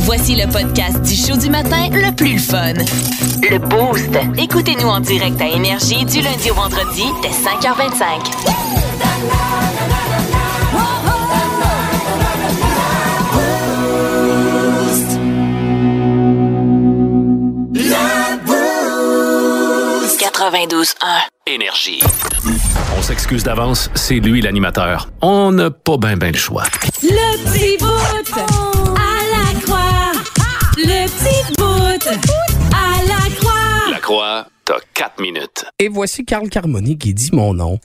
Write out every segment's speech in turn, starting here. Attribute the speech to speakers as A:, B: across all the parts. A: Voici le podcast du show du matin le plus le fun. Le Boost. Écoutez-nous en direct à Énergie du lundi au vendredi dès 5h25.
B: Énergie. On s'excuse d'avance, c'est lui l'animateur. On n'a pas ben ben le choix.
C: Le petit bout à la croix. Le petit bout à la croix.
B: La croix, t'as 4 minutes.
D: Et voici Carl Carmoni qui dit mon nom.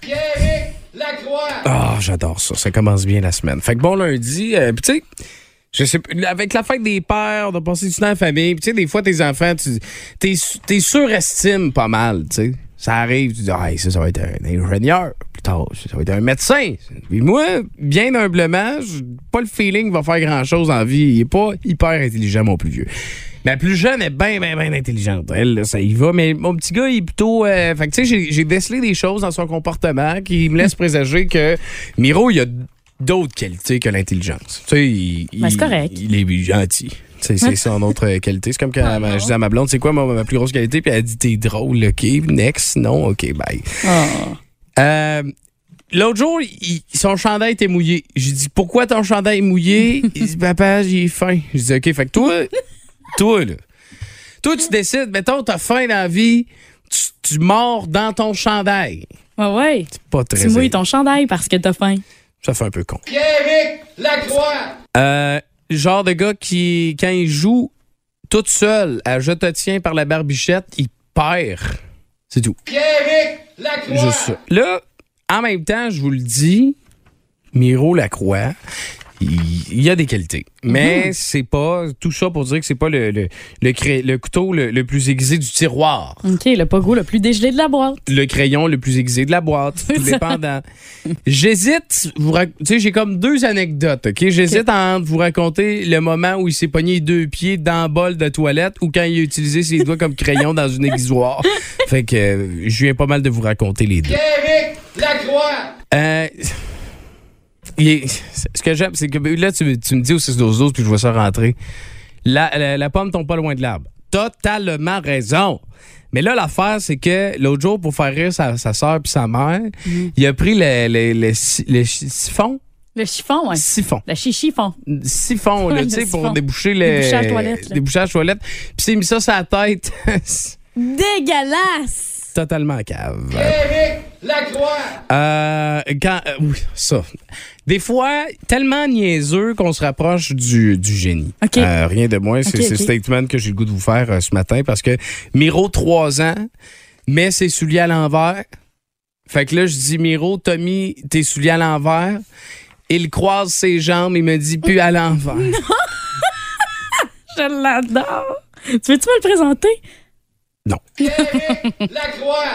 D: Ah, j'adore ça. Ça commence bien la semaine. Fait que bon lundi, euh, puis tu sais, je sais pas, avec la fête des pères, de passer du temps en famille, puis tu sais, des fois, tes enfants, tu t'es, t'es surestime pas mal, tu sais. Ça arrive, tu dis, ah, ça, ça va être un ingénieur. Plus tard, ça, ça va être un médecin. Puis moi, bien humblement, j'ai pas le feeling qu'il va faire grand-chose en vie. Il est pas hyper intelligent, mon plus vieux. Ma plus jeune est bien, bien, bien intelligente. Elle, là, ça y va. Mais mon petit gars, il est plutôt. euh, fait que, tu sais, j'ai- j'ai décelé des choses dans son comportement qui me laissent présager que Miro, il a d'autres qualités que l'intelligence. Tu sais, il,
E: Ben, c'est
D: il-
E: correct.
D: il est gentil. Tu sais, c'est son autre euh, qualité. C'est comme quand ma- je dis à ma blonde, c'est quoi ma, ma plus grosse qualité? Puis elle dit, t'es drôle, OK, next, non, OK, bye.
E: Ah.
D: Euh, L'autre jour, il- son chandail était mouillé. J'ai dit, pourquoi ton chandail est mouillé? Il dit, papa, j'ai faim. Je dis, OK, fait que toi, toi, là, toi, tu décides, mettons, t'as faim dans la vie, tu, tu mords dans ton chandail.
E: Ouais, ouais.
D: Pas très
E: Tu mouilles
D: élégant.
E: ton chandail parce que t'as faim.
D: Ça fait un peu con. Euh, genre de gars qui, quand il joue toute seule à Je te tiens par la barbichette, il perd. C'est tout. Juste ça. Là, en même temps, je vous le dis, Miro Lacroix, il il y a des qualités. Mais c'est pas tout ça pour dire que c'est pas le, le, le, cré- le couteau le, le plus aiguisé du tiroir,
E: OK, le pogo le plus dégelé de la boîte.
D: le crayon le plus aiguisé de la boîte, tout
E: ça.
D: dépendant. J'hésite, vous rac- tu sais, j'ai comme deux anecdotes, OK? J'hésite à vous raconter le moment où il s'est pogné les deux pieds dans le bol de toilette ou quand il a utilisé ses doigts comme crayon dans une aiguisoire. Fait que euh, je viens pas mal de vous raconter les deux. Euh, il est- ce que j'aime, c'est que là, tu, tu me dis au 6 12 12 puis je vois ça rentrer. La, la, la pomme tombe pas loin de l'arbre. Totalement raison. Mais là, l'affaire, c'est que l'autre jour, pour faire rire sa, sa soeur puis sa mère,
E: Mm.
D: il a pris le, le, le, si- le chi- siphon.
E: Le chiffon, ouais.
D: Siphon.
E: Le chichifon.
D: Siphon, là,
E: Ouais,
D: tu sais,
E: le
D: pour
E: siphon.
D: déboucher le.
E: Déboucher la toilette, là.
D: Déboucher la toilette. Puis s'il a mis ça sur la tête.
E: Dégueulasse!
D: totalement en cave. Euh, quand, euh, oui, ça. Des fois, tellement niaiseux qu'on se rapproche du, du génie.
E: OK.
D: Euh, rien de moins, c'est
E: OK,
D: c'est le
E: OK.
D: statement que j'ai le goût de vous faire euh, ce matin parce que Miro, 3 ans, met ses souliers à l'envers. Fait que là, je dis, Miro, t'as mis tes souliers à l'envers. Il croise ses jambes, il me dit, plus à l'envers.
E: Je l'adore! Tu veux-tu me le présenter?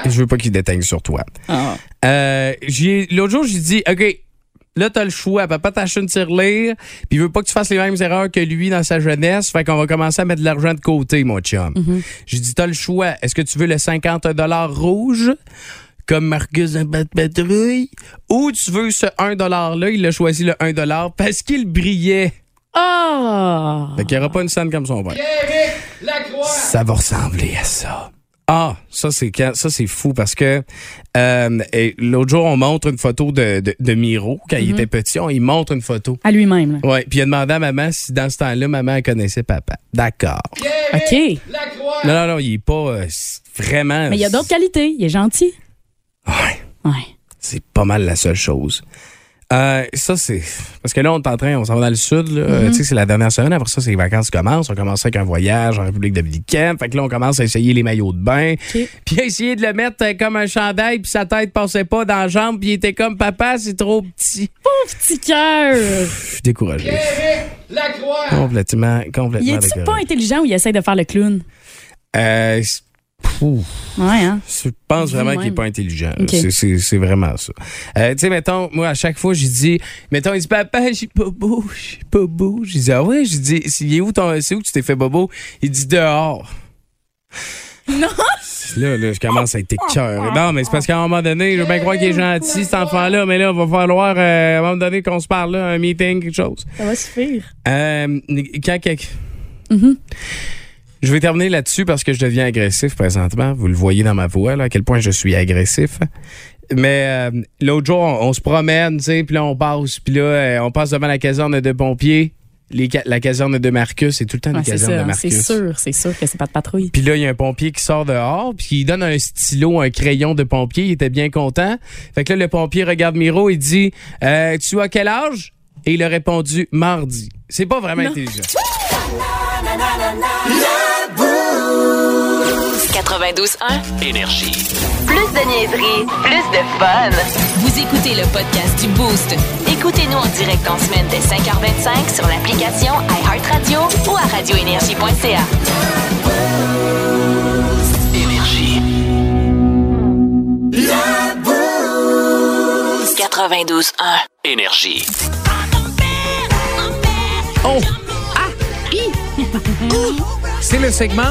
D: Je veux pas qu'il déteigne sur toi.
E: Ah.
D: Euh, j'ai- L'autre jour, j'ai dit, OK, là, t'as le choix. Papa t'achète une tirelire, puis il veut pas que tu fasses les mêmes erreurs que lui dans sa jeunesse. Fait qu'on va commencer à mettre de l'argent de côté, mon chum. J'ai dit, t'as le choix. Est-ce que tu veux le 50 rouge? Comme Marcus de Bat- Patrouille, ou tu veux ce 1$-là, il a choisi le 1$ parce qu'il brillait.
E: Ah!
D: Fait qu'il n'y aura pas une scène comme son verre. Ça va ressembler à ça. Ah, ça c'est quand- ça c'est fou parce que euh, et l'autre jour on montre une photo de, de, de Miro quand
E: Mhm.
D: il était petit, on il montre une photo.
E: À lui-même, là.
D: Ouais, puis il a demandé à maman si dans ce temps-là maman elle connaissait papa. D'accord.
E: OK.
D: Non non non, il est pas euh, c'est vraiment
E: Mais il y a d'autres qualités. Il est gentil.
D: Ouais,
E: Ouais.
D: c'est pas mal la seule chose. Euh, ça, c'est. Parce que là, on est en train, on s'en va dans le sud. là.
E: Mm-hmm.
D: Euh, Tu sais, c'est la dernière semaine. Après ça, c'est les vacances qui commencent. On commence avec un voyage en République dominicaine. Fait que là, on commence à essayer les maillots de bain. Puis à essayer de le mettre euh, comme un chandail, puis sa tête passait pas dans la jambe, puis il était comme papa, c'est trop petit.
E: Pauvre petit cœur.
D: Je suis découragé. Complètement,
E: Il
D: complètement
E: est-tu pas
D: découragé.
E: intelligent ou il essaie de faire le clown?
D: Euh, c'est- pouf.
E: Ouais, hein?
D: Je pense vraiment
E: Vous-même.
D: qu'il est pas intelligent.
E: Ok.
D: C'est- C'est c'est vraiment ça. Euh, tu sais, mettons, moi, à chaque fois, j'ai dit, mettons, il dit, papa, je suis pas beau, je suis pas beau. J'ai dit, ah ouais, j'ai dit, c'est où, ton- c'est où que tu t'es fait bobo? Il dit, dehors.
E: Non!
D: Là, là, je commence à être cœur. Non, mais c'est parce qu'à un moment donné, je veux bien croire qu'il est gentil, cet enfant-là, mais là, il va falloir, euh, à un moment donné, qu'on se parle, là, un meeting, quelque chose.
E: Ça va suffire.
D: Euh, quand, quand-
E: Mm-hmm.
D: Je vais terminer là-dessus parce que je deviens agressif présentement. Vous le voyez dans ma voix, là, à quel point je suis agressif. Mais euh, l'autre jour, on, on se promène, tu sais, puis là, on passe, puis là, euh, on passe devant la caserne de pompiers. Les ca- la caserne de Marcus, c'est tout le temps
E: Ouais,
D: une
E: c'est
D: caserne
E: ça.
D: de
E: hein, C'est
D: Marcus.
E: sûr, c'est sûr que c'est pas de patrouille.
D: Puis là, il y a un pompier qui sort dehors, puis il donne un stylo, un crayon de pompier. Il était bien content. Fait que là, le pompier regarde Miro et dit Euh, Tu as quel âge Et il a répondu Mardi. C'est pas vraiment intelligent.
A: 92.1.
B: Énergie.
A: Plus de niaiserie, plus de fun. Vous écoutez le podcast du Boost. Écoutez-nous en direct en semaine dès 5h25 sur l'application iHeartRadio ou à radioénergie.ca.
B: Énergie.
A: 92.1.
B: Énergie.
D: Oh! Ah! Hi! Ouh! C'est le segment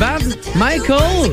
D: Bad Michael!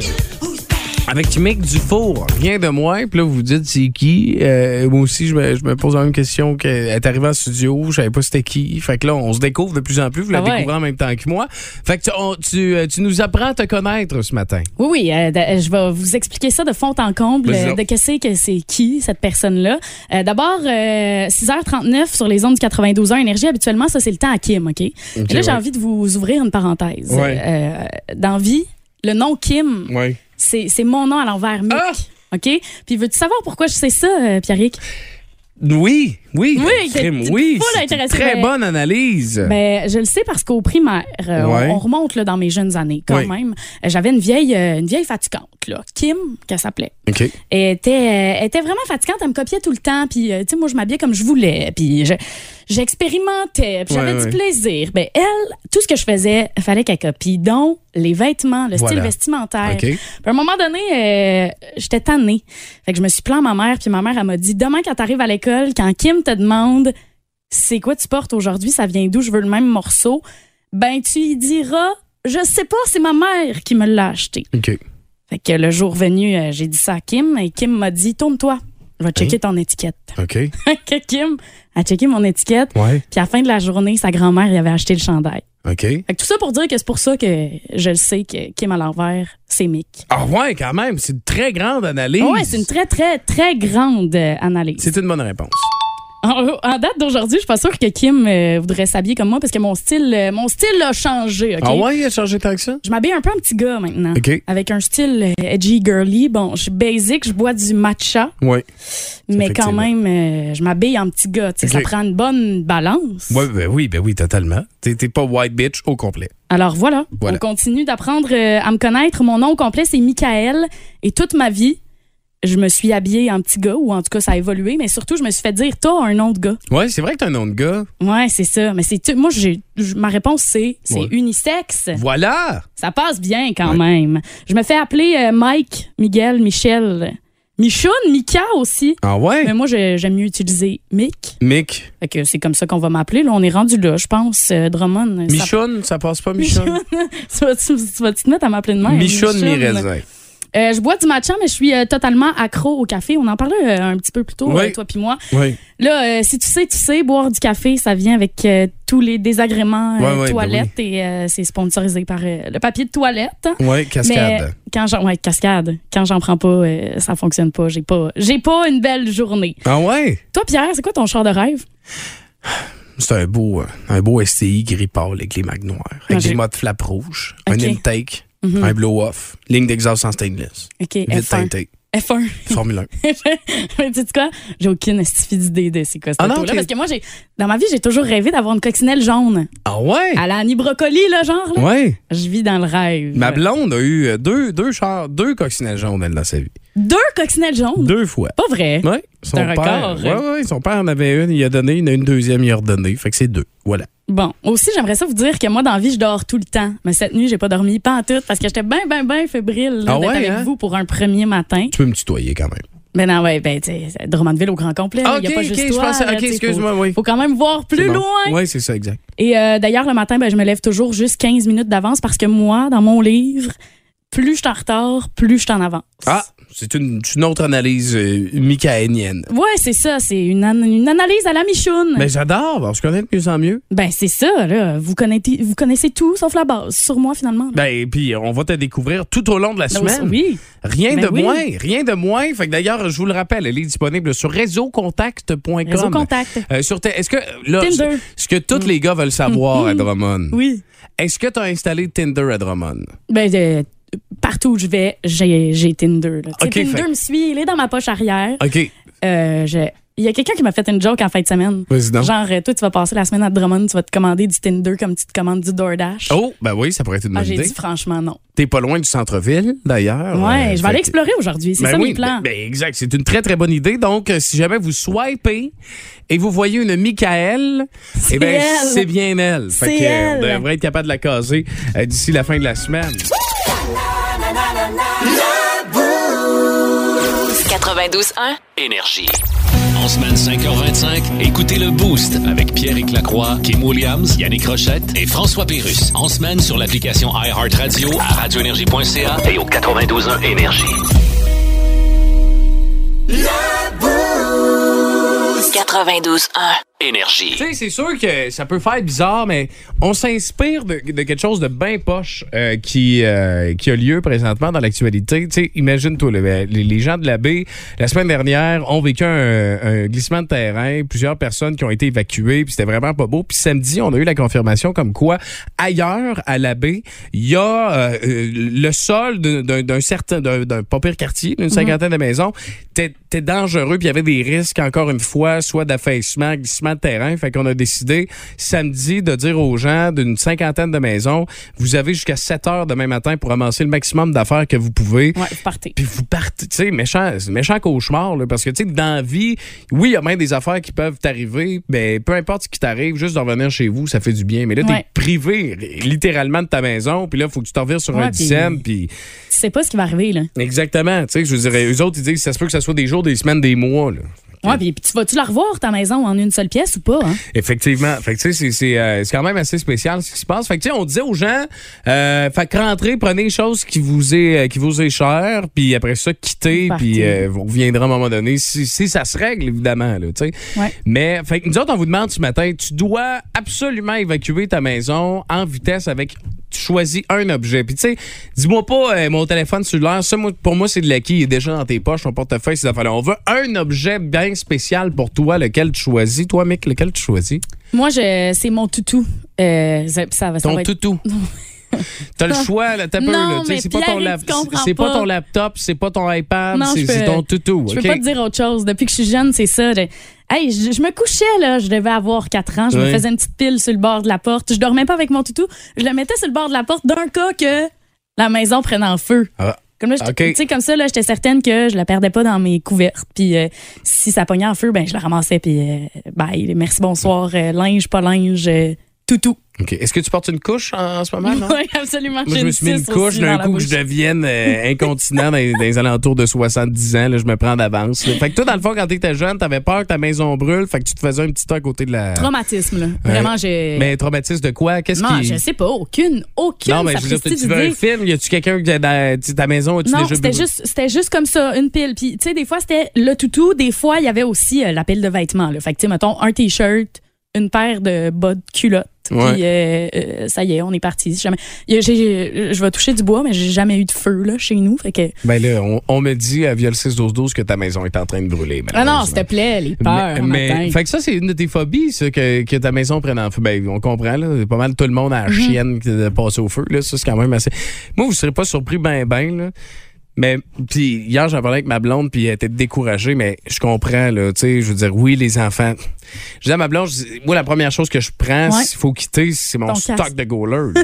D: Avec Mick Dufour. Rien de moins. Puis là, vous vous dites, c'est qui? Euh, moi aussi, je me, je me pose la même question. Que, elle est arrivée en studio, je savais pas c'était qui. Fait que là, on se découvre de plus en plus. Vous la
E: Ah ouais.
D: découvrez en même temps que moi. Fait que tu, on- tu, euh, tu nous apprends à te connaître ce matin.
E: Oui, oui, euh, d- euh, je vais vous expliquer ça de fond en comble,
D: Vas-y
E: euh,
D: donc.
E: de qu'est-ce que c'est qui, cette personne-là. Euh, D'abord, euh, 6h39 sur les ondes du 92.1 Énergie, habituellement, ça, c'est le temps à Kim, OK? Et là, j'ai
D: ouais.
E: envie de vous ouvrir une parenthèse.
D: Ouais.
E: Euh, dans vie, le nom Kim,
D: Oui.
E: c'est c'est mon nom à l'envers, Mick.
D: Ah!
E: OK? Puis veux-tu savoir pourquoi je sais ça, euh, Pierrick?
D: Oui, oui.
E: Oui,
D: crime,
E: t'es- t'es
D: oui.
E: full
D: c'est une
E: intéressé,
D: Très
E: mais-
D: bonne analyse.
E: Ben, je le sais parce qu'au primaire, euh,
D: Ouais.
E: on, on remonte là, dans mes jeunes années quand
D: Oui.
E: même. Euh, J'avais une vieille, euh, une vieille fatigante, là, Kim, qu'elle s'appelait.
D: OK.
E: Elle était, euh, elle était vraiment fatigante, elle me copiait tout le temps. Puis, euh, tu sais, moi, je m'habillais comme je voulais. Puis, je- j'expérimentais. Puis, j'avais
D: Ouais,
E: du
D: ouais.
E: plaisir. Ben, elle, tout ce que je faisais, il fallait qu'elle copie. Donc, les vêtements, le
D: Voilà.
E: style vestimentaire.
D: OK.
E: Puis, à un moment donné, euh, j'étais tannée. Fait que je me suis plaint à ma mère. Puis, ma mère, elle m'a dit Demain, quand t'arrives à l'école, quand Kim te demande c'est quoi tu portes aujourd'hui, ça vient d'où, je veux le même morceau, ben, tu y diras Je sais pas, c'est ma mère qui me l'a acheté.
D: OK.
E: Fait que le jour venu, euh, j'ai dit ça à Kim et Kim m'a dit Tourne-toi, je vais checker
D: Hein?
E: ton étiquette.
D: OK.
E: que Kim a checké mon étiquette,
D: Ouais.
E: puis à la fin de la journée, sa grand-mère y avait acheté le chandail.
D: OK.
E: Fait que tout ça pour dire que c'est pour ça que je le sais que Kim à l'envers, c'est Mick.
D: Ah ouais, quand même, c'est une très grande analyse.
E: Ah Ouais, c'est une très, très, très grande euh, analyse.
D: C'est une bonne réponse.
E: En, en date d'aujourd'hui, je suis pas sûre que Kim euh, voudrait s'habiller comme moi parce que mon style, euh, mon style a changé. OK?
D: Ah ouais, il a changé tant que ça?
E: Je m'habille un peu en petit gars maintenant.
D: OK.
E: Avec un style euh, edgy, girly. Bon, je suis basic, je bois du matcha.
D: Oui.
E: Mais quand
D: Effectivement.
E: même, euh, je m'habille en petit gars. tu sais,
D: Ok.
E: Ça prend une bonne balance.
D: Ouais, ben oui, ben oui, totalement. T'es t'es pas white bitch au complet.
E: Alors voilà,
D: Voilà.
E: on continue d'apprendre euh, à me connaître. Mon nom au complet, c'est Michael. Et toute ma vie, je me suis habillée en petit gars, ou en tout cas, ça a évolué. Mais surtout, je me suis fait dire, t'as un nom de gars.
D: Ouais, c'est vrai que t'as un nom de gars.
E: Ouais, c'est ça. Mais c'est tu- moi, j'ai j- ma réponse, c'est c'est
D: Ouais.
E: unisexe.
D: Voilà!
E: Ça passe bien quand même. Je me fais appeler euh, Mike, Miguel, Michel, Michoun, Mika aussi.
D: Ah ouais?
E: Mais moi, je- j'aime mieux utiliser Mick.
D: Mick.
E: Fait que c'est comme ça qu'on va m'appeler. Là, on est rendu là, je pense, euh, Drummond. ça-
D: Michoun, ça passe pas, Michoun?
E: tu vas- tu- tu vas-tu te mettre à m'appeler de même?
D: Michoun
E: Michoun.
D: Miraisin.
E: Euh, je bois du matcha, mais je suis euh, totalement accro au café. On en parlait euh, un petit peu plus tôt,
D: Oui.
E: euh, toi puis moi.
D: Oui.
E: Là, euh, si tu sais, tu sais, boire du café, ça vient avec euh, tous les désagréments euh,
D: Ouais, ouais, ben
E: toilettes et euh, c'est sponsorisé par euh, le papier de toilette.
D: Ouais,
E: Mais
D: cascade.
E: quand j'en ouais, cascade, quand j'en prends pas, euh, ça fonctionne pas. J'ai pas, j'ai pas une belle journée.
D: Ah ouais?
E: Toi, Pierre, c'est quoi ton char de rêve
D: C'est un beau, euh, un beau STI gris pâle avec les mags noirs, avec
E: Ah,
D: des
E: j'ai-
D: modes flap rouges,
E: Ok. Mm-hmm.
D: un intake, un blow-off, ligne d'exhaust en stainless,
E: Ok,
D: vite
E: F1.
D: teinté.
E: F1.
D: Formule 1.
E: Mais tu sais quoi? J'ai aucune estifie d'idée de c'est quoi cette
D: Ah non,
E: auto-là.
D: ok.
E: Parce que moi, j'ai, dans ma vie, j'ai toujours rêvé d'avoir une coccinelle jaune.
D: Ah ouais?
E: À la Annie Brocoli, là, genre. Là.
D: Ouais.
E: Je vis dans le rêve.
D: Ma blonde a eu euh, deux, deux chars, deux coccinelles jaunes, elle, dans sa vie.
E: Deux coccinelles jaunes?
D: Deux fois.
E: Pas vrai.
D: Ouais. Son
E: un
D: père.
E: record,
D: ouais,
E: hein.
D: ouais, son père en avait une, il a donné, une, une deuxième, il a redonné. Fait que c'est deux. Voilà.
E: Bon, aussi, j'aimerais ça vous dire que moi, dans la vie, je dors tout le temps. Mais cette nuit, j'ai pas dormi, pas en tout, parce que j'étais bien, bien, bien fébrile là,
D: Ah
E: d'être
D: ouais,
E: avec
D: hein?
E: vous pour un premier matin.
D: Tu peux me tutoyer quand même.
E: Mais non, ouais, ben, tu sais, Drummondville au grand complet.
D: Ah,
E: Il y a
D: ok,
E: pas juste
D: ok, je
E: toi,
D: pensais-
E: là,
D: ok,
E: tu sais, faut-
D: excuse-moi, oui.
E: Faut quand même voir plus loin.
D: Oui, c'est ça, exact.
E: Et euh, d'ailleurs, le matin, ben, je me lève toujours juste 15 minutes d'avance parce que moi, dans mon livre, plus je suis en retard, plus je suis en avance.
D: Ah, c'est une, c'est une autre analyse euh, michaélienne.
E: Ouais, c'est ça. C'est une, an- une analyse à la Michoune.
D: Mais j'adore, on se connaît de mieux en mieux.
E: Ben, c'est ça, là. Vous connaissez, vous connaissez tout sauf la base. Sur moi, finalement.
D: Ben, et puis on va te découvrir tout au long de la
E: Non,
D: Ben, semaine.
E: Ben oui.
D: Rien
E: Ben
D: de
E: oui.
D: moins, rien de moins. Fait que d'ailleurs, je vous le rappelle, elle est disponible sur réseaucontact.com.
E: Réseau contact.
D: Euh, sur tes- est-ce que là,
E: Tinder. Mm. Mm-hmm.
D: ce que tous les gars veulent savoir à Drummond,
E: Oui.
D: est-ce que tu as installé Tinder à Drummond?
E: Ben, euh, partout où je vais, j'ai j'ai Tinder. Là. Tu sais,
D: Ok,
E: Tinder
D: fait-
E: me suit, il est dans ma poche arrière.
D: OK.
E: Euh, je- Il y a quelqu'un qui m'a fait une joke en fin de semaine.
D: Vas-y donc.
E: Genre, euh, toi, tu vas passer la semaine à Drummond, tu vas te commander du Tinder comme tu te commandes du DoorDash.
D: Oh, ben oui, ça pourrait être une
E: Ah,
D: bonne
E: j'ai
D: idée.
E: dit franchement non.
D: T'es pas loin du centre-ville, d'ailleurs.
E: Ouais,
D: Euh,
E: je vais aller
D: fait que-
E: explorer aujourd'hui. C'est
D: Ben
E: ça
D: oui,
E: mes plans.
D: ben- ben exact. C'est une très, très bonne idée. Donc, euh, si jamais vous swipez et vous voyez une Michael, eh ben,
E: elle.
D: c'est bien elle. Fait
E: C'est
D: que, euh,
E: elle.
D: On devrait être capable de la caser euh, d'ici la fin de la semaine.
A: 92.1.
B: Énergie. En semaine 5h25, écoutez le Boost avec Pierre Lacroix, Kim Williams, Yannick Rochette et François Pérus. En semaine sur l'application iHeartRadio à radioénergie.ca et au 92.1 Énergie.
A: 92.1.
B: Énergie.
D: Tu sais, c'est sûr que ça peut faire bizarre, mais on s'inspire de, de quelque chose de bien poche euh, qui, euh, qui a lieu présentement dans l'actualité. Tu sais, imagine-toi, là, ben, les, les gens de la baie, la semaine dernière, ont vécu un, un glissement de terrain, plusieurs personnes qui ont été évacuées, puis c'était vraiment pas beau. Puis samedi, on a eu la confirmation comme quoi, ailleurs, à la baie, il y a euh, euh, le sol d'un- d'un d'un certain, d'un d'un pas pire quartier, d'une cinquantaine de maisons, était était dangereux, puis il y avait des risques, encore une fois, soit d'affaissement, glissement de terrain. Fait qu'on a décidé samedi de dire aux gens d'une cinquantaine de maisons, vous avez jusqu'à 7 heures demain matin pour amasser le maximum d'affaires que vous pouvez.
E: Ouais, vous partez.
D: ben. Puis vous partez, tu sais, méchant, c'est un méchant cauchemar, là, parce que, tu sais, dans la vie, oui, il y a même des affaires qui peuvent t'arriver, mais peu importe ce qui t'arrive, juste de revenir chez vous, ça fait du bien. Mais là,
E: Ouais.
D: t'es privé littéralement de ta maison, puis là, faut que tu t'en revires sur
E: Ouais,
D: un
E: puis-
D: dixième, puis...
E: Tu sais pas ce qui va arriver, là.
D: Exactement, tu sais, je vous dirais, eux autres, ils disent, ça se peut que ça soit des jours, des semaines, des mois, là.
E: Ouais, puis puis tu vas-tu la revoir, ta maison, en une seule pièce ou pas? hein?
D: Effectivement. Fait que, tu sais, c'est- c'est euh, c'est quand même assez spécial ce qui se passe. Fait que, tu sais, on disait aux gens, euh, fait que rentrez, prenez les choses qui vous est, euh, qui vous est chère, puis après ça, quittez,
E: Partez.
D: puis euh, vous reviendrez à un moment donné, si, si ça se règle, évidemment, là, tu sais.
E: Ouais.
D: Mais, fait que nous autres, on vous demande ce matin, tu dois absolument évacuer ta maison en vitesse avec tu choisis un objet. Puis tu sais, dis-moi pas euh, mon téléphone cellulaire, ça moi, pour moi c'est de l'acquis, il est déjà dans tes poches, ton portefeuille, ces affaires-là. On veut un objet bien spécial pour toi, lequel tu choisis. Toi, Mick, lequel tu choisis?
E: Moi, je, c'est mon toutou. Euh, ça, ça va, ça
D: Ton
E: va être-
D: toutou. T'as le choix, là, t'as peu,
E: Non,
D: là. Tu sais,
E: mais
D: C'est pas,
E: Pierre,
D: ton
E: il
D: lap-
E: comprend
D: c'est pas
E: pas.
D: ton laptop, c'est pas ton iPad,
E: Non,
D: c'est
E: je peux-
D: c'est ton toutou.
E: Je
D: ok?
E: peux pas te dire autre chose. Depuis que je suis jeune, c'est ça. Je, hey, je, je me couchais, là. Je devais avoir 4 ans. Je me
D: Ouais.
E: faisais une petite pile sur le bord de la porte. Je dormais pas avec mon toutou. Je le mettais sur le bord de la porte d'un cas que la maison prenne en feu.
D: Ah,
E: Comme là, j'étais-
D: Ok.
E: tu sais, comme ça, là, j'étais certaine que je la perdais pas dans mes couvertes. Puis euh, si ça pognait en feu, ben je la ramassais. Puis euh, bye, merci, bonsoir. euh, linge, pas linge, euh, toutou.
D: ok. Est-ce que tu portes une couche en, en ce moment? Ah non?
E: Oui, absolument.
D: Moi,
E: J'ai
D: je me
E: une
D: suis mis une
E: suce
D: couche
E: aussi
D: d'un
E: dans la
D: coup que je
E: bouche.
D: devienne euh, incontinent dans, les- dans les alentours de 70 ans. là, je me prends d'avance. là. Fait que toi, dans le fond, quand t'étais jeune, t'avais peur que ta maison brûle. Fait que tu te faisais un petit tas à côté de la. hein?
E: Traumatisme, là. Vraiment, j'ai.
D: Mais traumatisme de quoi? Qu'est-ce
E: Non,
D: qui.
E: je sais pas. Aucune, aucune.
D: non, mais je veux dire, tu-
E: sapristi
D: tu veux un
E: d'idée.
D: film? Y a-tu quelqu'un qui. a dans- tu- Ta maison, as-tu
E: Non,
D: déjà
E: c'était
D: brûlé?
E: juste, c'était juste comme ça, une pile. Puis, tu sais, des fois, c'était le toutou. Des fois, il y avait aussi euh, la pile de vêtements. Là. Fait que, tu sais, mettons, un T-shirt, une paire de bas de culotte.
D: Ouais.
E: Puis, euh, euh, ça y est, on est parti. J'ai Jamais... il y a- j'ai- j'ai- Je vais toucher du bois, mais j'ai jamais eu de feu là, chez nous. Fait que...
D: Ben là, on, on me dit euh, à Viol 6-12-12 que ta maison est en train de brûler.
E: Ah non,
D: malheureusement.
E: s'il te plaît, les peurs.
D: Mais,
E: en
D: mais-
E: matin.
D: fait que ça, c'est une de tes phobies, ça, que, que ta maison prenne en feu. Ben, on comprend, là. c'est Pas mal tout le
E: Mhm.
D: monde a la chienne qui de passer au feu, là. Ça, c'est quand même assez. Moi, vous serez pas surpris, ben, ben, là. Mais puis hier, j'en parlais avec ma blonde, puis elle était découragée, mais je comprends, là, tu sais, je veux dire, oui, les enfants. Je dis à ma blonde, je dis, moi, la première chose que je prends,
E: Ouais.
D: s'il faut quitter, c'est mon
E: Ton
D: stock
E: casque.
D: de goalers. là.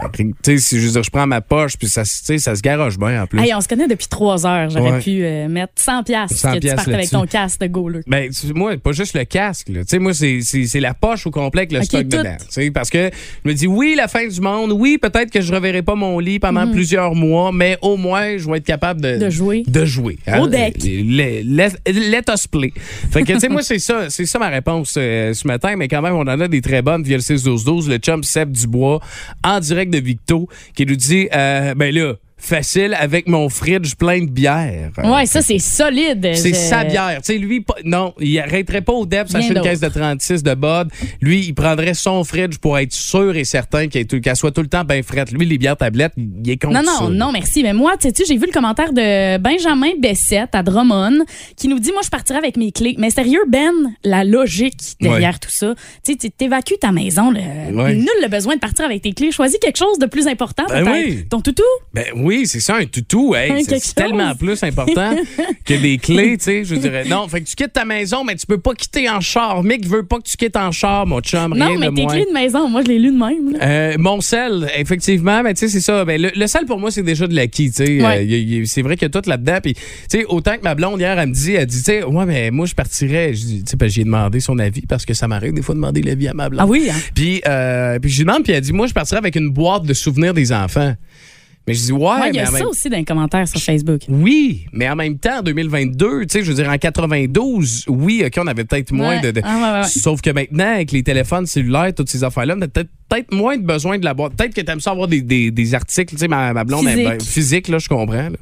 D: Après, tu sais, si je veux dire, je prends ma poche, puis ça, se- tu sais, ça se garoche bien, en plus.
E: Hey, on se connaît depuis trois heures. J'aurais
D: Ouais.
E: pu euh, mettre 100 piastres
D: 100
E: que tu partes
D: piastres
E: avec ton
D: là-dessus.
E: casque de goaler.
D: Ben, tu- moi, pas juste le casque. là. Tu sais, moi, c'est- c'est c'est la poche au complet avec le
E: Ok,
D: stock
E: tout.
D: dedans. Tu sais, Parce que je me dis, oui, la fin du monde, oui, peut-être que je reverrai pas mon lit pendant plusieurs mois, mais au moins, je vais être capable de,
E: Mhm. De jouer.
D: De jouer. hein. Euh,
E: Au deck.
D: Le- le- Let us play. Fait que, tu sais, moi, c'est ça, c'est ça ma réponse euh, ce matin, mais quand même, on en a des très bonnes via le 6-12-12. Le chum Seb Dubois, en direct de Victo, qui nous dit, euh, ben là, facile avec mon fridge plein de bière.
E: Ouais, ça, c'est solide.
D: C'est
E: Je-
D: sa bière. Tu sais, lui, pas- non, il arrêterait pas au
E: Rien
D: DEP s'acheter une
E: d'autre.
D: caisse de 36 de Bod. Lui, il prendrait son fridge pour être sûr et certain qu'elle est- qu'elle soit tout le temps bien frette. Lui, les bières tablettes, il est
E: Non,
D: contre ça.
E: non, non, merci. Mais moi, tu sais, j'ai vu le commentaire de Benjamin Bessette à Drummond qui nous dit Moi, je partirais avec mes clés. Mais sérieux, Ben, la logique derrière tout ça. Tu sais, tu t'évacues ta maison. Là.
D: Ouais.
E: Nul le besoin de partir avec tes clés. Choisis quelque chose de plus important,
D: Ben
E: peut-être.
D: oui.
E: Ton toutou.
D: Ben oui, c'est ça, un toutou. Hey,
E: Un
D: c'est-
E: quelque
D: c'est tellement
E: chose.
D: plus important que des clés, tu sais. Je dirais, non, fait que tu quittes ta maison, mais tu peux pas quitter en char. Mick veut pas que tu quittes en char, mon chum.
E: Non,
D: rien
E: mais
D: de
E: tes
D: moins.
E: clés de maison, moi, je l'ai lu de même. là.
D: Euh, mon sel, effectivement, mais tu sais, c'est ça. Ben, le, le sel, pour moi, c'est déjà de l'acquis, tu sais.
E: Ouais.
D: Euh, y a- y a- c'est vrai qu'il y a tout là-dedans. Puis, tu sais, autant que ma blonde, hier, elle me dit, elle dit, tu sais, ouais, mais moi, je partirais. Je dis, Tu sais, parce que j'ai demandé son avis, parce que ça m'arrive des fois de demander l'avis à ma blonde.
E: Ah oui, hein?
D: Puis, euh, puis je lui demande, puis elle dit, moi, je partirais avec une boîte de souvenirs des enfants. Mais je dis, ouais,
E: Ouais, il y
D: mais
E: a
D: en même
E: ça aussi dans les commentaires sur Facebook.
D: oui, mais en même temps, en 2022, tu sais, je veux dire, en 92, oui, OK, on avait peut-être moins
E: Ouais.
D: de... de-
E: Ah, ouais, ouais, ouais.
D: Sauf que maintenant, avec les téléphones cellulaires, toutes ces affaires-là, on a peut-être peut-être moins de besoin de la boîte. Peut-être que t'aimes ça avoir des, des- des articles, tu sais, ma, ma blonde, elle-
E: Physique.
D: ben, physique, là, je comprends. là.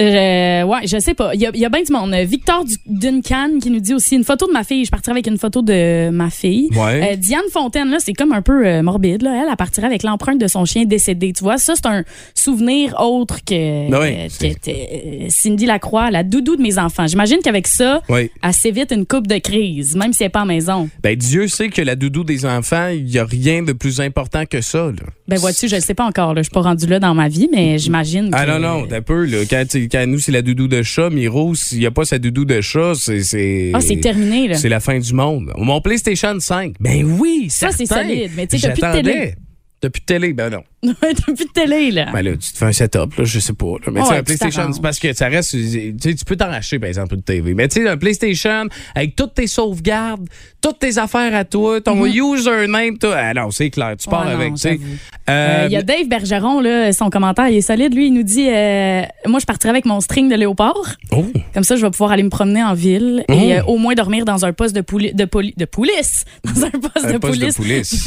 E: Euh, ouais, je sais pas. Il y a, il y a bien du monde. Euh, Victor Du- Duncan qui nous dit aussi une photo de ma fille. Je partirais avec une photo de ma fille.
D: Ouais.
E: Euh, Diane Fontaine, là, c'est comme un peu euh, morbide. Là. Elle, elle partirait avec l'empreinte de son chien décédé. Tu vois, ça, c'est un souvenir autre que,
D: Ah oui,
E: euh,
D: c'est-
E: que, euh, Cindy Lacroix, la doudou de mes enfants. J'imagine qu'avec ça,
D: Oui.
E: elle s'évite une coupe de crise, même si elle n'est pas à la maison.
D: Ben, Dieu sait que la doudou des enfants, il n'y a rien de plus important que ça, là.
E: Ben, vois-tu, je ne sais pas encore. Là. Je suis pas rendue là dans ma vie, mais j'imagine.
D: Ah
E: que-
D: non, non, t'as peu, là. Quand, tu- quand nous, c'est la doudou de chat, Miro, s'il n'y a pas sa doudou de chat, c'est... c'est-
E: Ah, c'est terminé, là.
D: C'est la fin du monde. Mon PlayStation 5. Ben oui,
E: Ça, c'est
D: certain.
E: solide, mais tu sais, t'as plus de
D: J'attendais.
E: télé.
D: T'as plus de télé, ben non.
E: T'as plus de télé, là.
D: Ben là, tu te fais un setup, là, je sais pas. là. Mais tu sais,
E: Ouais,
D: un
E: tu
D: PlayStation,
E: t'arranges.
D: c'est parce que ça reste. Tu sais, tu peux t'en racheter, par exemple, une TV. Mais tu sais, un PlayStation, avec toutes tes sauvegardes, toutes tes affaires à toi, ton username, toi. Ah non, c'est clair, tu pars
E: Mm-hmm. Ouais, non,
D: avec, tu sais.
E: j'avoue.
D: Euh,
E: Euh, Il y a Dave Bergeron, là, son commentaire, il est solide. Lui, il nous dit euh, Moi, je partirais avec mon string de léopard.
D: oh,
E: Comme ça, je vais pouvoir aller me promener en ville
D: Oh.
E: et euh, au moins dormir dans un poste de, poli- de, poli- de police. Dans un poste,
D: Un
E: de,
D: poste de
E: police.
D: police.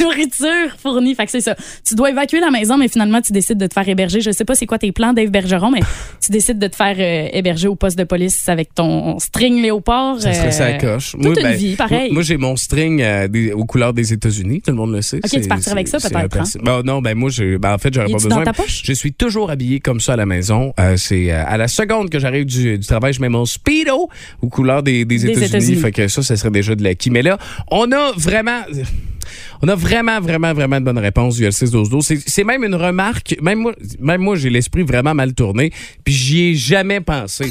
E: Nourriture fournie. Fait que c'est ça. Tu dois évacuer la maison, mais finalement, tu décides de te faire héberger. Je sais pas c'est quoi tes plans, Dave Bergeron, mais tu décides de te faire euh, héberger au poste de police avec ton string léopard.
D: ça serait ça
E: euh,
D: la coche.
E: toute une vie, pareil.
D: Moi, moi, j'ai mon string euh, des- aux couleurs des États-Unis, tout le monde le sait.
E: tu
D: C'est-
E: partirais avec
D: c'est-
E: ça,
D: c'est
E: peut-être, hein?
D: un perso- Ben, non, ben moi, je- ben, en fait, j'aurais
E: Y
D: pas
E: est-tu
D: besoin.
E: dans ta poche?
D: Je suis toujours habillé comme ça à la maison. Euh, c'est euh, à la seconde que j'arrive du, du travail, je mets mon speedo aux couleurs des, des
E: Des
D: États-Unis.
E: États-Unis.
D: fait que ça, ça serait déjà de l'acquis. Mais là, on a vraiment. On a vraiment, vraiment, vraiment de bonnes réponses du L6 12 12. C'est- C'est même une remarque. Même moi, même moi j'ai l'esprit vraiment mal tourné. Puis j'y ai jamais pensé.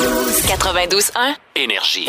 A: 92.1.
B: Énergie.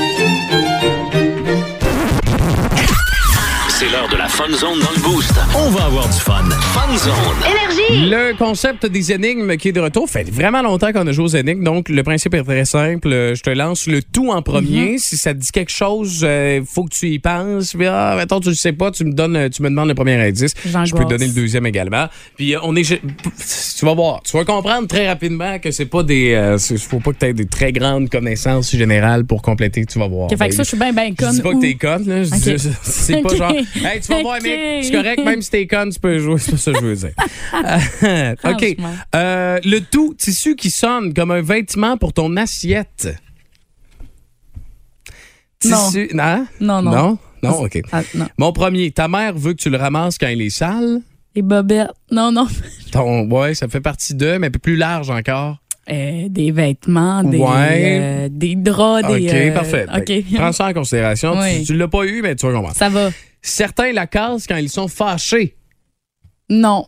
B: C'est l'heure de la Fun Zone dans le Boost. On va avoir du fun. Fun Zone.
D: Le concept des énigmes qui est de retour fait vraiment longtemps qu'on a joué aux énigmes, donc le principe est très simple. Euh, Je te lance le tout en
E: Mhm.
D: premier. Si ça te dit quelque chose, euh, faut que tu y penses. Puis, ah, attends, tu le sais pas, tu me donnes, tu me demandes le premier indice.
E: J'angoisse.
D: Je peux te donner le deuxième également. Puis euh, on est, tu vas voir, tu vas comprendre très rapidement que c'est pas des, euh, c'est- faut pas que tu aies des très grandes connaissances générales pour compléter. Tu vas voir. Ben,
E: Ok, fait que ça, je suis bien, bien
D: Je
E: conne.
D: dis pas
E: ou-
D: que t'es conne, là. Je dis
E: Ok.
D: juste- c'est pas
E: Ok.
D: genre, hey, tu vas voir,
E: Ok.
D: mec, c'est correct, même si t'es conne, tu peux jouer. C'est pas ça que je veux dire. Euh, OK.
E: Franchement.
D: Euh, le tout tissu qui sonne comme un vêtement pour ton assiette.
E: Non.
D: Tissu. Non?
E: Non, non.
D: Non? Non, OK.
E: Ah, non.
D: Mon premier, ta mère veut que tu le ramasses quand il est sale.
E: Les bobettes. Non, non.
D: Ton, ouais, ça fait partie d'eux, mais un peu plus large encore.
E: Euh, des vêtements, des,
D: Ouais.
E: euh, des draps, des.
D: OK,
E: euh,
D: parfait. Ben,
E: OK.
D: Prends ça en considération. Tu-
E: Oui.
D: Tu, l'as pas eu, mais tu vas comprendre.
E: Ça va.
D: Certains la cassent quand ils sont fâchés.
E: Non.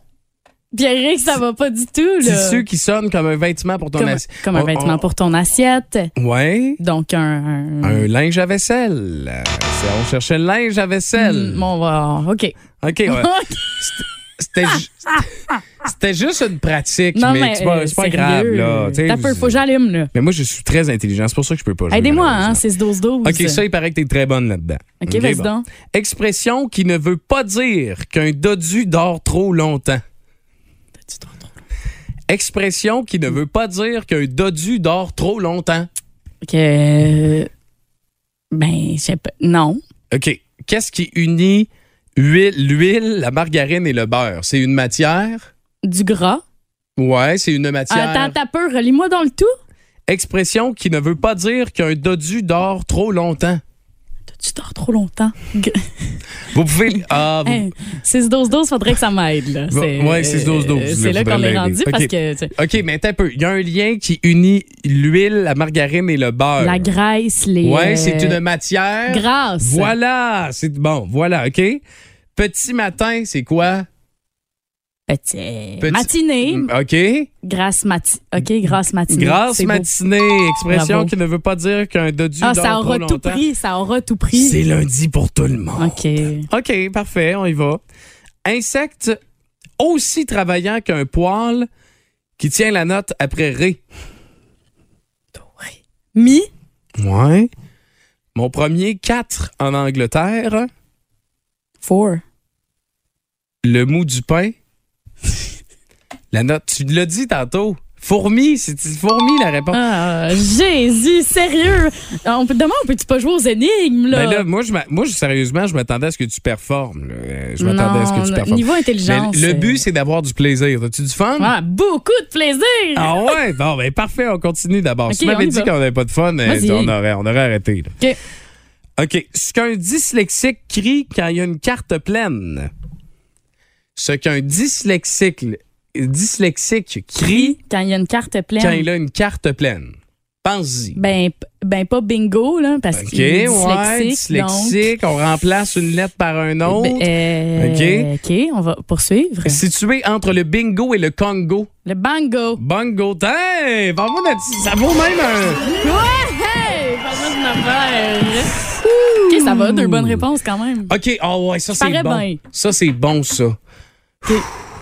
E: Pierre, ça va pas du tout, là.
D: C'est ceux qui sonnent comme un vêtement pour ton
E: comme,
D: assiette. Oh,
E: comme un vêtement pour ton assiette.
D: Ouais.
E: Donc, un. un-
D: Un linge à vaisselle. Euh, c'est- On cherchait le linge à vaisselle.
E: Mm, bon, on va- OK.
D: OK, ouais.
E: OK.
D: C'était ju- C'était juste une pratique,
E: Non,
D: mais,
E: mais.
D: c'est pas,
E: euh,
D: c'est pas
E: sérieux,
D: grave, là. Tu sais,
E: T'as peur, faut que j'allume, là.
D: Mais moi, je suis très intelligent. C'est pour ça que je peux pas jouer,
E: Aidez-moi,
D: malheureusement.
E: hein, 6-12-12.
D: OK, ça, il paraît que t'es très bonne là-dedans.
E: OK, vas-y
D: bon.
E: donc.
D: Expression qui ne veut pas dire qu'un dodu dort trop longtemps.
E: T'as-tu trop drôle?
D: Expression qui ne veut pas dire qu'un dodu dort trop longtemps.
E: Que. Ben, je sais pas. Non.
D: OK. Qu'est-ce qui unit huile- l'huile, la margarine et le beurre? C'est une matière?
E: Du gras.
D: Ouais, c'est une matière.
E: Attends, t'as peur, relis-moi dans le tout.
D: Expression qui ne veut pas dire qu'un dodu dort trop longtemps.
E: Tu dors trop longtemps. G-
D: Vous pouvez. Ah, vous-
E: Hey, 6-12-12, faudrait que ça m'aide. là.
D: Bon,
E: C'est-
D: ouais, 6-12-12,
E: euh, C'est
D: là,
E: là qu'on
D: faudrait
E: est rendu
D: l'aider.
E: parce
D: Ok.
E: que tu sais,
D: OK, mais attends un peu. Il y a un lien qui unit l'huile, la margarine et le beurre.
E: la graisse, les.
D: Ouais, c'est
E: euh,
D: une matière.
E: Grasse.
D: Voilà, c'est bon, voilà, OK. Petit matin, c'est quoi?
E: Petit-
D: Petit-
E: Matinée.
D: Mm, OK.
E: Grasse matinée. OK, grasse matinée.
D: Grasse
E: C'est beau.
D: matinée, expression
E: Bravo.
D: qui ne veut pas dire qu'un dodu
E: Ah,
D: dort
E: ça
D: trop
E: aura tout
D: longtemps.
E: pris. Ça aura tout
D: C'est
E: pris.
D: lundi pour tout le monde.
E: OK.
D: OK, parfait, on y va. Insecte aussi travaillant qu'un poil qui tient la note après ré.
E: Mi.
D: Ouais. Mon premier 4 en Angleterre,
E: Four.
D: le mou du pain. la note, tu l'as dit tantôt. Fourmi, c'est c'est fourmi la réponse.
E: Ah, Jésus, sérieux. Ah, On peut, demain, on peut-tu pas jouer aux énigmes, là?
D: Ben là, moi, je m'a- moi, je- sérieusement, je m'attendais à ce que tu performes. là. Euh, Je m'attendais à ce que tu
E: Non,
D: performes.
E: Niveau
D: Mais
E: intelligence.
D: le but,
E: euh,
D: c'est d'avoir du plaisir. As-tu du fun?
E: Ah, beaucoup de plaisir!
D: Ah ouais? Bon, ben parfait, on continue d'abord. si tu
E: Ok, on
D: m'avais
E: y
D: dit
E: va.
D: qu'on n'avait pas de fun, euh,
E: Vas-y.
D: on aurait, on aurait arrêté. là.
E: OK.
D: OK. Ce qu'un dyslexique crie quand il y a une carte pleine. Ce qu'un dyslexique, dyslexique crie
E: Quand il y a une carte pleine.
D: quand il a une carte pleine. Pense-y.
E: Ben, p- ben pas bingo, là, parce
D: OK,
E: qu'il est
D: ouais,
E: dyslexique. donc-
D: dyslexique. On remplace une lettre par un autre.
E: Ben, euh, OK, on va poursuivre.
D: Situé entre le bingo et le Congo.
E: Le bango.
D: Bongo, hey, bravo, Nati, ça vaut même un.
E: Ouais! Hey! Pas mal de affaire. OK, ça va, deux bonnes réponses quand même.
D: OK, oh ouais, ça
E: Je
D: c'est
E: parais
D: bon.
E: bien.
D: Ça c'est bon, ça.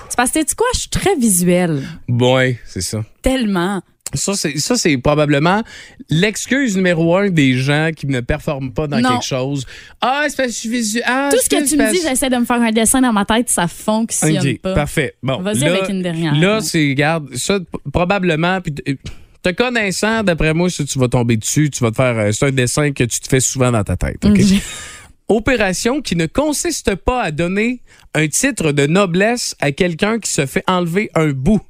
E: C'est parce que, tu quoi, je suis très visuelle.
D: Bon, ouais, c'est ça.
E: Tellement.
D: Ça, c'est, ça, c'est probablement l'excuse numéro un des gens qui ne performent pas dans
E: Non.
D: quelque chose. Ah, c'est parce que je suis visuel. Ah,
E: Tout
D: c'est
E: ce que
D: parce-
E: tu me dis,
D: parce-
E: j'essaie de me faire un dessin dans ma tête, ça fonctionne
D: OK,
E: pas.
D: parfait. Bon,
E: Vas-y
D: là,
E: avec une dernière.
D: Là, c'est, regarde, ça, p- probablement, puis t- euh, te connaissant, d'après moi, si tu vas tomber dessus, tu vas te faire. euh, C'est un dessin que tu te fais souvent dans ta tête. OK?
E: J'ai-
D: Opération qui ne consiste pas à donner un titre de noblesse à quelqu'un qui se fait enlever un bout.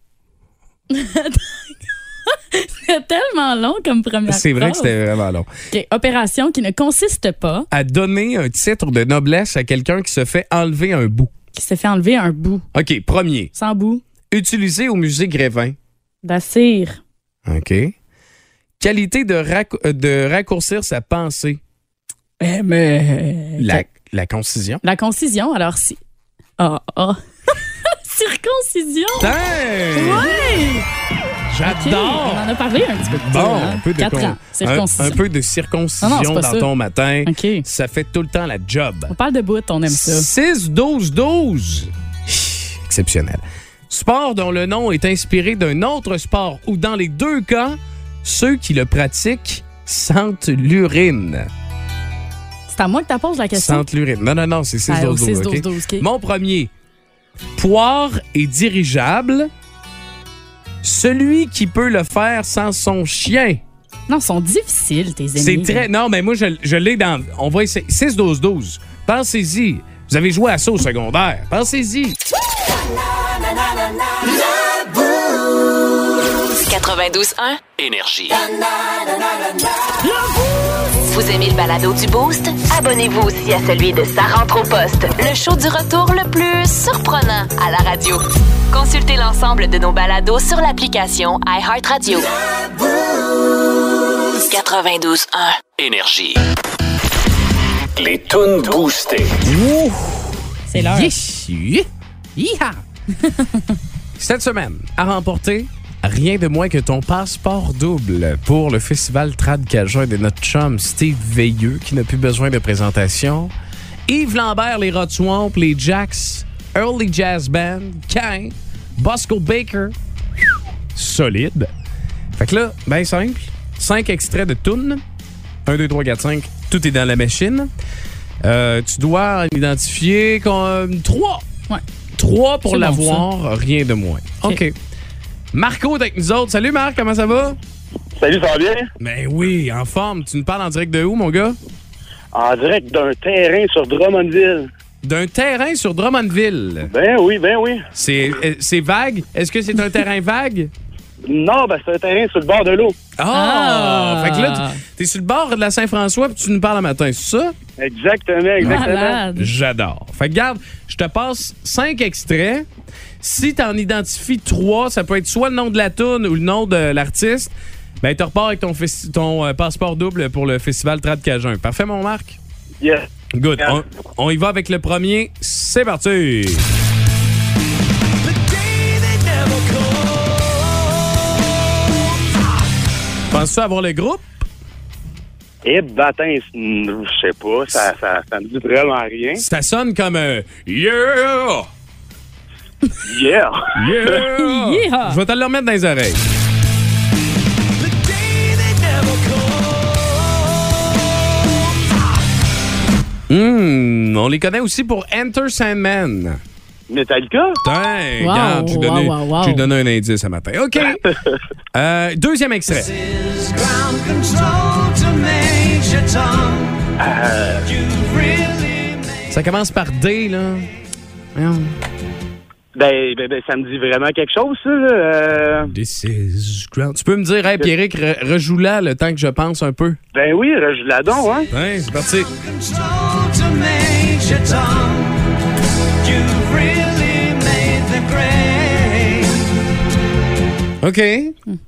E: C'était tellement long comme première
D: C'est vrai que
E: phrase.
D: c'était vraiment long.
E: OK, opération qui ne consiste pas,
D: À donner un titre de noblesse à quelqu'un qui se fait enlever un bout.
E: qui se fait enlever un bout,
D: OK, premier.
E: sans bout,
D: Utilisé au musée Grévin.
E: d'assir,
D: OK. Qualité de, racc- euh, de raccourcir sa pensée.
E: mais...
D: La, la concision.
E: La concision, alors si... Ah, ah. Circoncision!
D: Hey!
E: Ouais! OK,
D: J'adore!
E: On en a parlé un petit peu plus tôt,
D: Ben, Bon,
E: hein.
D: un peu de,
E: Quatre
D: con-
E: ans,
D: un,
E: circoncision.
D: un peu de circoncision
E: Non, non, c'est pas
D: dans
E: ça.
D: ton matin.
E: OK.
D: Ça fait tout le temps la job.
E: On parle de bout, on aime ça.
D: 6-12-12. Exceptionnel. Sport dont le nom est inspiré d'un autre sport où, dans les deux cas, ceux qui le pratiquent sentent l'urine.
E: C'est à moi que tu poses la question.
D: Sentent l'urine. Non, non, non, c'est 6
E: Ah, au
D: 12 12,
E: 6-12-12,
D: OK?
E: OK.
D: Mon premier. Poire est dirigeable. Celui qui peut le faire sans son chien.
E: Non, ils sont difficiles, tes ennemis.
D: C'est très. Non, mais moi, je, je l'ai dans. On va essayer. 6-12-12. Pensez-y. Vous avez joué à ça au secondaire. Pensez-y.
A: 92.1.
B: Énergie.
A: Vous Vous aimez le balado du Boost? Abonnez-vous aussi à celui de Sa rentre au poste, le show du retour le plus surprenant à la radio. Consultez l'ensemble de nos balados sur l'application iHeartRadio. 92.1
B: Énergie. Les tunes boostées.
E: C'est l'heure.
D: Yes, yeah, yeehaw. Cette semaine, à remporter, rien de moins que ton passeport double pour le festival Trad Cajun de notre chum Steve Veilleux, qui n'a plus besoin de présentation. Yves Lambert, les Rod Swamp, les Jacks, Early Jazz Band, Kane, Bosco Baker. Solide. Fait que là, ben simple. Cinq extraits de tunes. 1, 2, 3, 4, 5. Tout est dans la machine. Euh, tu dois en identifier comme trois.
E: Ouais.
D: Trois pour
E: C'est bon,
D: l'avoir, rien de moins. OK. Marco est avec nous autres. Salut Marc, comment ça va?
F: Salut, ça va bien?
D: Ben oui, en forme. Tu nous parles en direct de où, mon gars?
F: En direct d'un terrain sur Drummondville.
D: D'un terrain sur Drummondville.
F: Ben oui, ben oui.
D: C'est euh, c'est vague? Est-ce que c'est un terrain vague?
F: Non, ben c'est un terrain sur le bord de l'eau.
D: Ah!
E: Ah!
D: Fait que là, tu- t'es sur le bord de la Saint-François puis tu nous parles le matin, c'est ça?
F: Exactement, exactement.
E: Malade.
D: J'adore. Fait que garde, je te passe cinq extraits. Si t'en identifies trois, ça peut être soit le nom de la toune ou le nom de l'artiste. Ben, tu repars avec ton, festi- ton euh, passeport double pour le festival Trad Cajun. Parfait, mon Marc?
F: Yes.
D: Good. On, on y va avec le premier. C'est parti. Penses-tu avoir le groupe?
F: Et bâtin, Eh, je sais pas, ça, ça, ça me dit vraiment rien.
D: Ça sonne comme un Yeah!
F: Yeah!
D: Yeah!
E: Yeah!
D: Je vais te le remettre dans les oreilles. Hmm, on les connaît aussi pour Enter Sandman.
F: Metallica?
D: Putain,
E: Wow,
D: regarde, j'ai donné,
E: wow, wow, wow.
D: j'ai donné un indice ce matin. OK. Euh, deuxième extrait. Ça commence par D, là. Voyons.
F: Ben, ben, ben, ça me dit vraiment quelque chose, ça. là. Euh,
D: This is ground. Tu peux me dire, hey, Pierrick, re- rejoue-la le temps que je pense un peu.
F: ben oui, Rejuladon, hein?
D: Ouais, c'est parti. OK.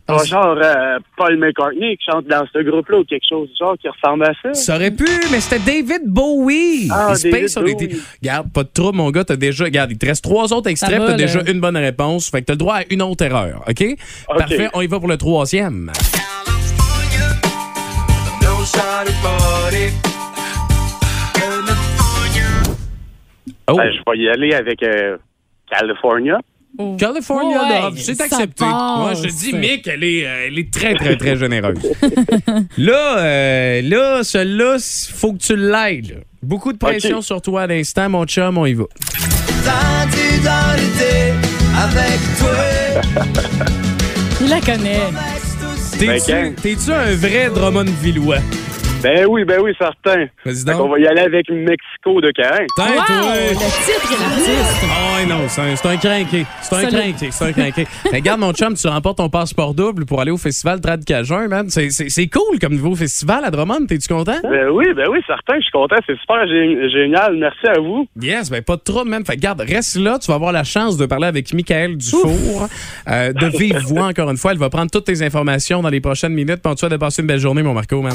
F: Pas genre euh, Paul McCartney qui chante dans ce groupe-là ou quelque chose du genre qui ressemble à ça.
D: Ça aurait pu, mais c'était David Bowie.
F: Ah,
D: Il se
F: David
D: pince sur les-
F: Bowie.
D: Regarde, pas de trouble, mon gars. T'as déjà. Regarde, il te reste trois autres extraits,
E: va,
D: t'as
E: là.
D: déjà une bonne réponse. Fait que t'as le droit à une autre erreur, OK? Parfait, on y va pour le troisième. Oh,
F: Ben, je vais y aller avec euh, California.
D: California
E: Ouais,
D: Love, c'est
E: ça
D: accepté. Moi,
E: passe.
D: je te dis, Mick, elle est, euh, elle est très, très, très généreuse. là, euh, là, celui-là, s- faut que tu l'aides. là. Beaucoup de pression
F: Ok.
D: sur toi à l'instant, mon chum, on y va.
E: Il la connaît.
D: T'es-tu
F: Ben,
D: t'es-tu un vrai Drummond Villois?
F: Ben oui, ben oui, certain.
D: Vas-y
F: Ben, On
D: donc.
F: va y aller avec Mexico de Caen.
D: Tain,
E: Wow! Le
D: toi.
E: titre et l'artiste.
D: Ah ouais, non, c'est un, c'est un crinqué. C'est un
E: Solide.
D: crinqué, c'est un crinqué. Mais Regarde, mon chum, tu remportes ton passeport double pour aller au festival Trad Cajun, man. C'est- C'est c'est cool comme nouveau festival à Drummond. T'es-tu content?
F: Ben oui, ben oui, certain, je suis content, c'est super gé- génial, merci à vous.
D: Yes, ben pas de trouble, même. Fait que garde, reste là, tu vas avoir la chance de parler avec Michael Dufour euh, de vive voix encore une fois. Elle va prendre toutes tes informations dans les prochaines minutes. Puis tu vas de passer une belle journée, mon Marco, man.